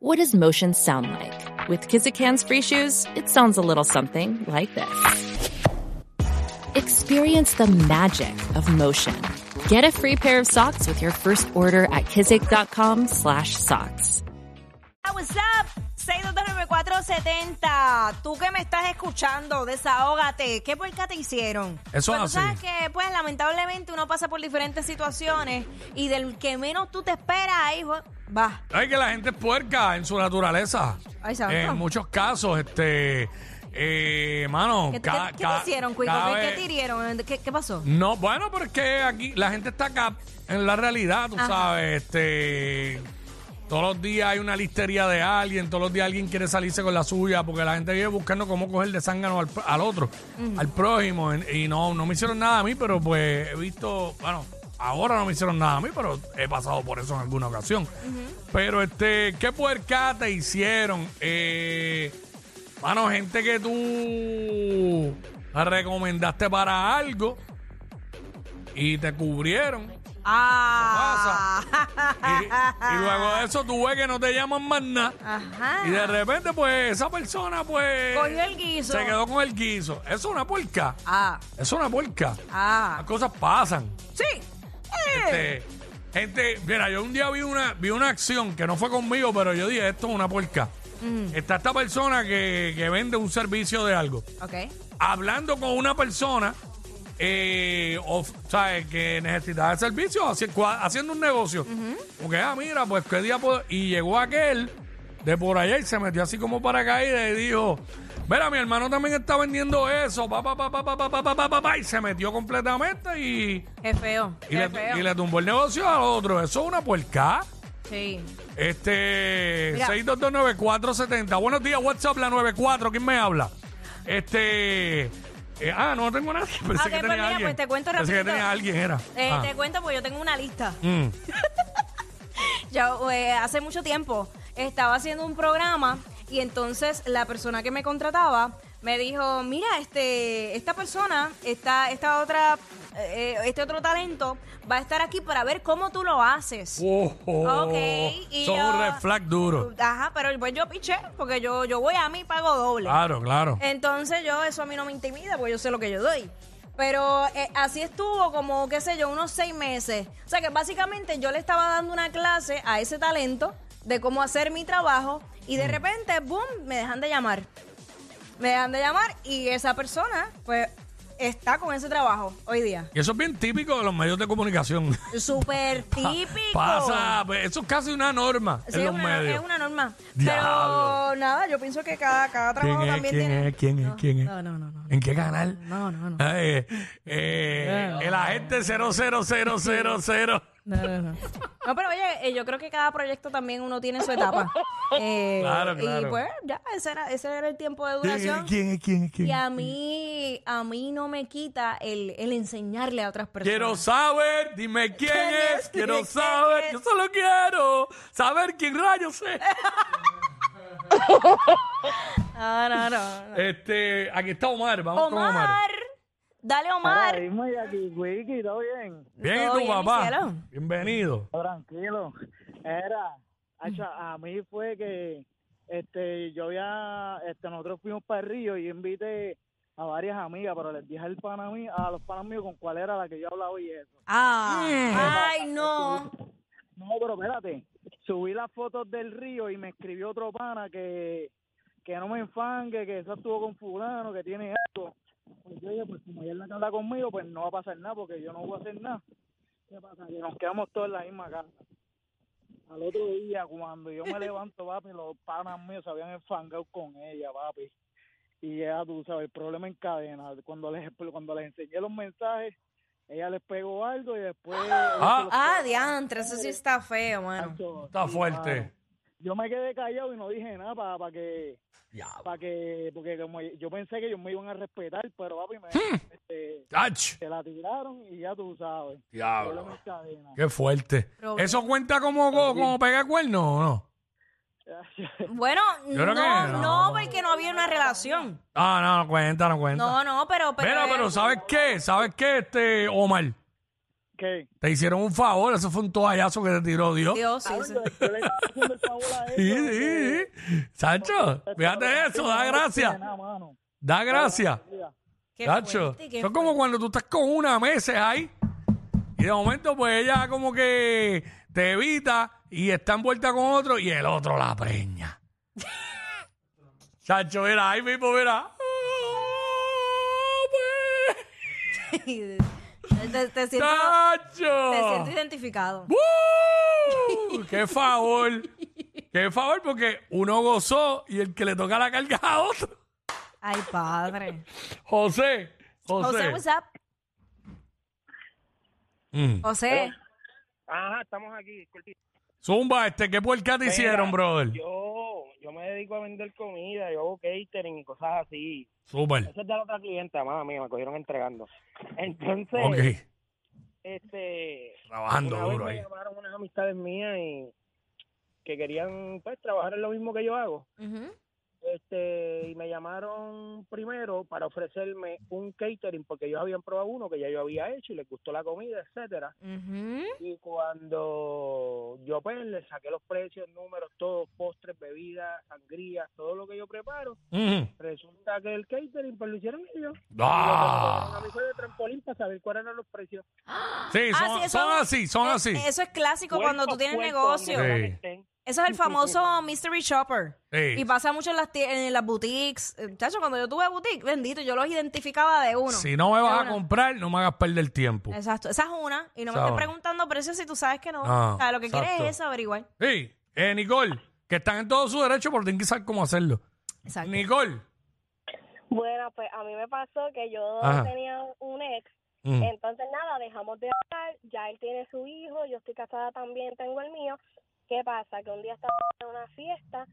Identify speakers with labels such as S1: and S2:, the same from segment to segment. S1: What does motion sound like? With Kizikans free shoes, it sounds a little something like this. Experience the magic of motion. Get a free pair of socks with your first order at kizik.com/socks.
S2: What's up? 6229470. Tú que me estás escuchando, desahógate. ¿Qué porca te hicieron?
S3: Eso
S2: Pero tú
S3: es
S2: sabes
S3: así.
S2: que, pues, lamentablemente uno pasa por diferentes situaciones y del que menos tú te esperas, ahí jo- va.
S3: Ay, que la gente es puerca en su naturaleza.
S2: Ay, santo.
S3: En muchos casos, este. Eh, mano.
S2: ¿Qué,
S3: ca-
S2: qué- qué te
S3: ca-
S2: hicieron, Cuico?
S3: cada
S2: ¿Qué, qué
S3: vez-
S2: te hirieron? ¿Qué, qué pasó?
S3: No, bueno, porque aquí la gente está acá en la realidad, tú
S2: Ajá.
S3: sabes, este. Todos los días hay una listería de alguien, todos los días alguien quiere salirse con la suya, porque la gente vive buscando cómo coger de zángano al, al otro, al prójimo, en- y no, no me hicieron nada a mí, pero pues he visto, bueno, ahora no me hicieron nada a mí, pero he pasado por eso en alguna ocasión. Pero este, ¿qué puerca te hicieron? Eh, mano, gente que tú recomendaste para algo y te cubrieron.
S2: Ah.
S3: Y, y luego de eso tú ves que no te llaman más nada.
S2: Ajá.
S3: Y de repente, pues, esa persona, pues.
S2: Cogió el guiso.
S3: Se quedó con el guiso. Eso es una puerca.
S2: Ah,
S3: Eso es una puerca. Las
S2: ah.
S3: cosas pasan.
S2: Sí. Eh.
S3: Este, gente, mira, yo un día vi una, vi una acción que no fue conmigo, pero yo dije, esto es una puerca. Está esta persona que, que vende un servicio de algo.
S2: Ok.
S3: Hablando con una persona, eh, o, ¿sabes? Que necesitaba el servicio, haci- cua- haciendo un negocio. Porque, ah, mira, pues qué día puedo? Y llegó aquel de por allá y se metió así como para caída y dijo, mira, mi hermano también está vendiendo eso, pa, pa, pa, pa, pa, pa, pa, pa, pa, pa, pa", y se metió completamente y...
S2: Qué feo.
S3: Y
S2: Qué
S3: le,
S2: feo.
S3: y le tumbó el negocio al otro. Eso es una puerca.
S2: Sí.
S3: Este,
S2: Mira.
S3: 6229470. Buenos días, WhatsApp, la 94. ¿Quién me habla? Este. eh, ah, no tengo nadie. Pensé
S2: Ah,
S3: que
S2: ok, pues
S3: tenía
S2: mira,
S3: alguien.
S2: pues te cuento
S3: Pensé que
S2: rapidito.
S3: tenía alguien, era.
S2: Eh,
S3: Ah.
S2: Te cuento porque yo tengo una lista.
S3: Mm.
S2: Yo eh, hace mucho tiempo estaba haciendo un programa y entonces la persona que me contrataba me dijo, mira, este, esta persona, esta, esta otra, eh, este otro talento va a estar aquí para ver cómo tú lo haces.
S3: Oh, oh.
S2: Ok, y
S3: Son
S2: yo-
S3: un red flag duro.
S2: Ajá, pero pues yo piché, porque yo, yo voy a mí y pago doble.
S3: Claro, claro.
S2: Eh. Entonces yo, eso a mí no me intimida, porque yo sé lo que yo doy. Pero eh, así estuvo como, qué sé yo, unos seis meses. O sea que básicamente yo le estaba dando una clase a ese talento de cómo hacer mi trabajo y
S3: Mm.
S2: de repente, boom, me dejan de llamar. Me dejan de llamar y esa persona, pues, está con ese trabajo hoy día.
S3: Y eso es bien típico de los medios de comunicación.
S2: Súper típico.
S3: Pasa, pues, eso es casi una norma
S2: Sí,
S3: en
S2: es
S3: los
S2: una,
S3: medios.
S2: es una norma.
S3: Diablo.
S2: Pero nada, yo pienso que cada, cada trabajo
S3: ¿Quién es?
S2: también
S3: ¿Quién
S2: tiene.
S3: es? ¿Quién es? ¿Quién es?
S2: No, no, no, no.
S3: ¿En qué canal?
S2: No, no, no.
S3: Eh, eh, el agente 00000.
S2: No, no, no. No, pero oye, eh, yo creo que cada proyecto también uno tiene su etapa. Eh,
S3: Claro,
S2: Y
S3: claro.
S2: pues ya, ese era, ese era el tiempo de
S3: ¿Quién es?
S2: duración.
S3: ¿Quién es? ¿Quién es?
S2: Y
S3: ¿Quién es?
S2: a mí, a mí no me quita el, el enseñarle a otras personas.
S3: Quiero saber, dime quién
S2: ¿Quién es?
S3: es, quiero
S2: ¿Quién
S3: saber,
S2: es?
S3: yo solo quiero saber quién rayos es.
S2: Ah, no, no. no.
S3: Este, aquí está Omar, vamos con Omar.
S2: Omar, dale Omar.
S4: Ahí, muy aquí, Wiki, todo bien.
S3: Bien, ¿y
S2: Todo
S3: tu
S2: bien, mi cielo.
S3: papá? Bienvenido.
S4: Tranquilo. Era, hacho, a mí fue que este, yo había, este, nosotros fuimos para el río y yo invité a varias amigas, pero les dije al pan a, mí, a los panas míos con cuál era la que yo hablaba y eso.
S2: Ah,
S3: Mm.
S2: ay, no.
S4: No, pero espérate, subí las fotos del río y me escribió otro pana que, que no me enfangue, que eso estuvo con fulano, que tiene algo. Pues yo dije, pues como ella es la que habla conmigo, pues no va a pasar nada porque yo no voy a hacer nada. ¿Qué pasa? Que nos quedamos todos en la misma casa. Al otro día, cuando yo me levanto, papi, los panas míos se habían enfangado con ella, papi. Y ya tú sabes, el problema en cadena. Cuando les, cuando les enseñé los mensajes, ella les pegó algo y después...
S3: Ah,
S2: Ah, diantre, eso sí está feo, mano.
S4: Tacho,
S3: está
S4: sí, mano.
S3: fuerte.
S4: Yo me quedé callado y no dije nada para que,
S3: Diablo.
S4: para que, porque como yo pensé que ellos me iban a respetar, pero papi, me, este,
S3: Ach,
S4: se la tiraron y ya tú sabes. Problema
S3: diablo.
S4: en cadena.
S3: Qué fuerte.
S2: Problema.
S3: ¿Eso cuenta como, como, como pegar cuerno o no?
S2: Bueno,
S3: Yo creo
S2: no,
S3: que
S2: no,
S3: no.
S2: porque no había una relación.
S3: Ah, no, no cuenta, no cuenta.
S2: No, no, pero... eh, pero
S3: Mira, pero ¿sabes qué? ¿Sabes qué, este Omar?
S4: ¿Qué?
S3: Te hicieron un favor, eso fue un toallazo que te tiró Dios.
S2: Dios, sí, sí.
S4: Yo le estaba haciendo el favor a
S3: Sí,
S4: ellos.
S3: sí, sí. Sancho, fíjate eso, da gracias.
S4: Nada, mano.
S3: Da gracias.
S2: Qué
S3: Chacho,
S2: fuerte, qué
S3: eso es como cuando tú estás con una meses ahí y de momento pues ella como que te evita y está envuelta con otro y el otro la preña. Chacho, mira, ahí mismo, mira. ¡Oh, pues!
S2: fuerte. te, te siento, te siento
S3: ¡Chacho!
S2: identificado.
S3: ¡Uh! ¡Qué favor! ¡Qué favor! Porque uno gozó y el que le toca la carga a otro.
S2: Ay, padre.
S3: José,
S2: José,
S3: José.
S2: what's up?
S3: Mm.
S2: José,
S5: Ajá, estamos aquí. disculpe.
S3: Zumba, este, ¿qué puerca te
S5: Mira,
S3: hicieron, brother?
S5: Yo, yo me dedico a vender comida, yo hago catering y cosas así.
S3: Súper.
S5: Eso es de la otra clienta, mamá mía, me cogieron entregando. Entonces,
S3: Ok,
S5: este,
S3: trabajando
S5: una vez
S3: duro
S5: me
S3: ahí.
S5: llamaron unas amistades mías y que querían pues trabajar en lo mismo que yo hago.
S2: ujú,
S5: Este, y me llamaron primero para ofrecerme un catering porque ellos habían probado uno que ya yo había hecho y les gustó la comida, etcétera.
S2: ujú.
S5: Y cuando yo pues le saqué los precios, números, todos, postres, bebidas, sangrías, todo lo que yo preparo,
S3: Mm.
S5: resulta que el catering pues lo hicieron ellos.
S3: Ah.
S5: A mí fue de trampolín para saber cuáles eran los precios.
S3: Sí,
S2: Ah,
S3: son,
S2: sí, eso-
S3: son así, son así.
S2: Eh, Eso es clásico cuando tú
S5: Cuerpo,
S2: tienes
S5: cuerpo,
S2: negocio.
S5: donde
S3: Sí.
S5: quiera que estén.
S2: Eso es el famoso mystery shopper.
S3: Sí.
S2: Y pasa mucho en las, tie- en las boutiques. Eh, Chacho, cuando yo tuve boutique, bendito, yo los identificaba de uno.
S3: Si no me vas a
S2: Una.
S3: comprar, no me hagas perder tiempo.
S2: Exacto. Esa es una. Y no me
S3: Esa
S2: estés
S3: es una.
S2: preguntando precios si tú sabes que no.
S3: Ah,
S2: o sea, lo que
S3: exacto.
S2: quieres es eso, averiguar.
S3: Sí, eh, Nicole, que están en todo su derecho, pero tienen que saber cómo hacerlo.
S2: Exacto.
S3: Nicole.
S6: Bueno, pues a mí me pasó que yo
S3: Ajá.
S6: tenía un ex,
S3: Mm.
S5: Eh.
S6: entonces nada, dejamos de hablar, ya él tiene su hijo, yo estoy casada también, tengo el mío. ¿Qué pasa? Que un día estaba en una fiesta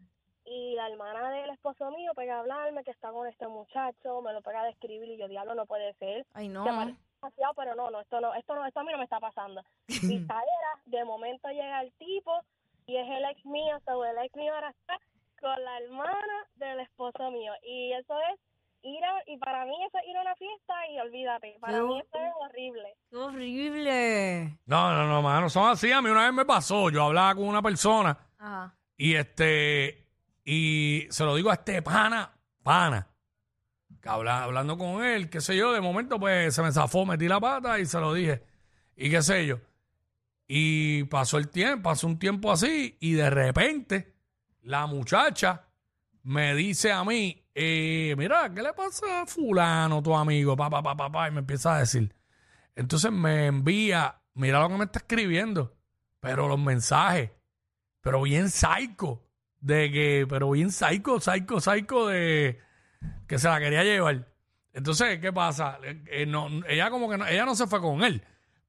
S6: y la hermana del esposo mío pega a hablarme que está con este muchacho, me lo pega a describir y yo, diablo, no puede ser.
S2: Ay,
S6: Se
S2: no.
S6: parece demasiado, pero no, no, esto no, esto no, esto a mí no me está pasando. Y era, de momento llega el tipo y es el ex mío, sobre el ex mío ahora está con la hermana del esposo mío. Y eso es ir a, y para mí eso es ir a una fiesta y olvídate, para
S2: Yo-
S6: mí eso es horrible.
S2: Qué horrible.
S3: No, no, no, mano, son así. A mí una vez me pasó, yo hablaba con una persona
S2: Ajá.
S3: y este, y se lo digo a este pana, pana, que habla- hablando con él, qué sé yo, de momento pues se me zafó, metí la pata y se lo dije, y qué sé yo. Y pasó el tiempo, pasó un tiempo así, y de repente la muchacha me dice a mí, eh, mira, ¿qué le pasa a fulano, tu amigo? Pa, pa, pa, pa, pa, y me empieza a decir. Entonces me envía, mira lo que me está escribiendo, pero los mensajes, pero bien psycho, de que, pero bien psycho, psycho, psycho, de que se la quería llevar. Entonces, ¿qué pasa? Eh, eh, no, ella como que no, ella no se fue con él.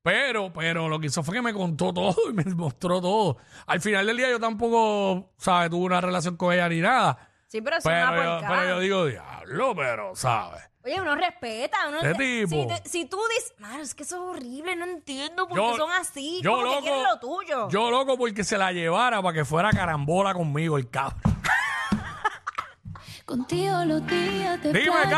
S3: Pero, pero lo que hizo fue que me contó todo y me mostró todo. Al final del día yo tampoco, ¿sabes? Tuve una relación con ella ni nada.
S2: Sí, pero eso es
S3: Pero
S2: una
S3: yo,
S2: porcada.
S3: pero yo digo, diablo, pero, ¿sabes?
S2: Oye, uno respeta. Uno
S3: ¿Qué tipo?
S2: Si, te- si tú dices, Mano, es que eso es horrible, no entiendo por
S3: Yo-
S2: qué son así.
S3: yo
S2: como que
S3: loco-
S2: quieren lo tuyo.
S3: Yo loco porque se la llevara para que fuera carambola conmigo el cabrón.
S7: Contigo los días de
S3: Dime,
S7: playa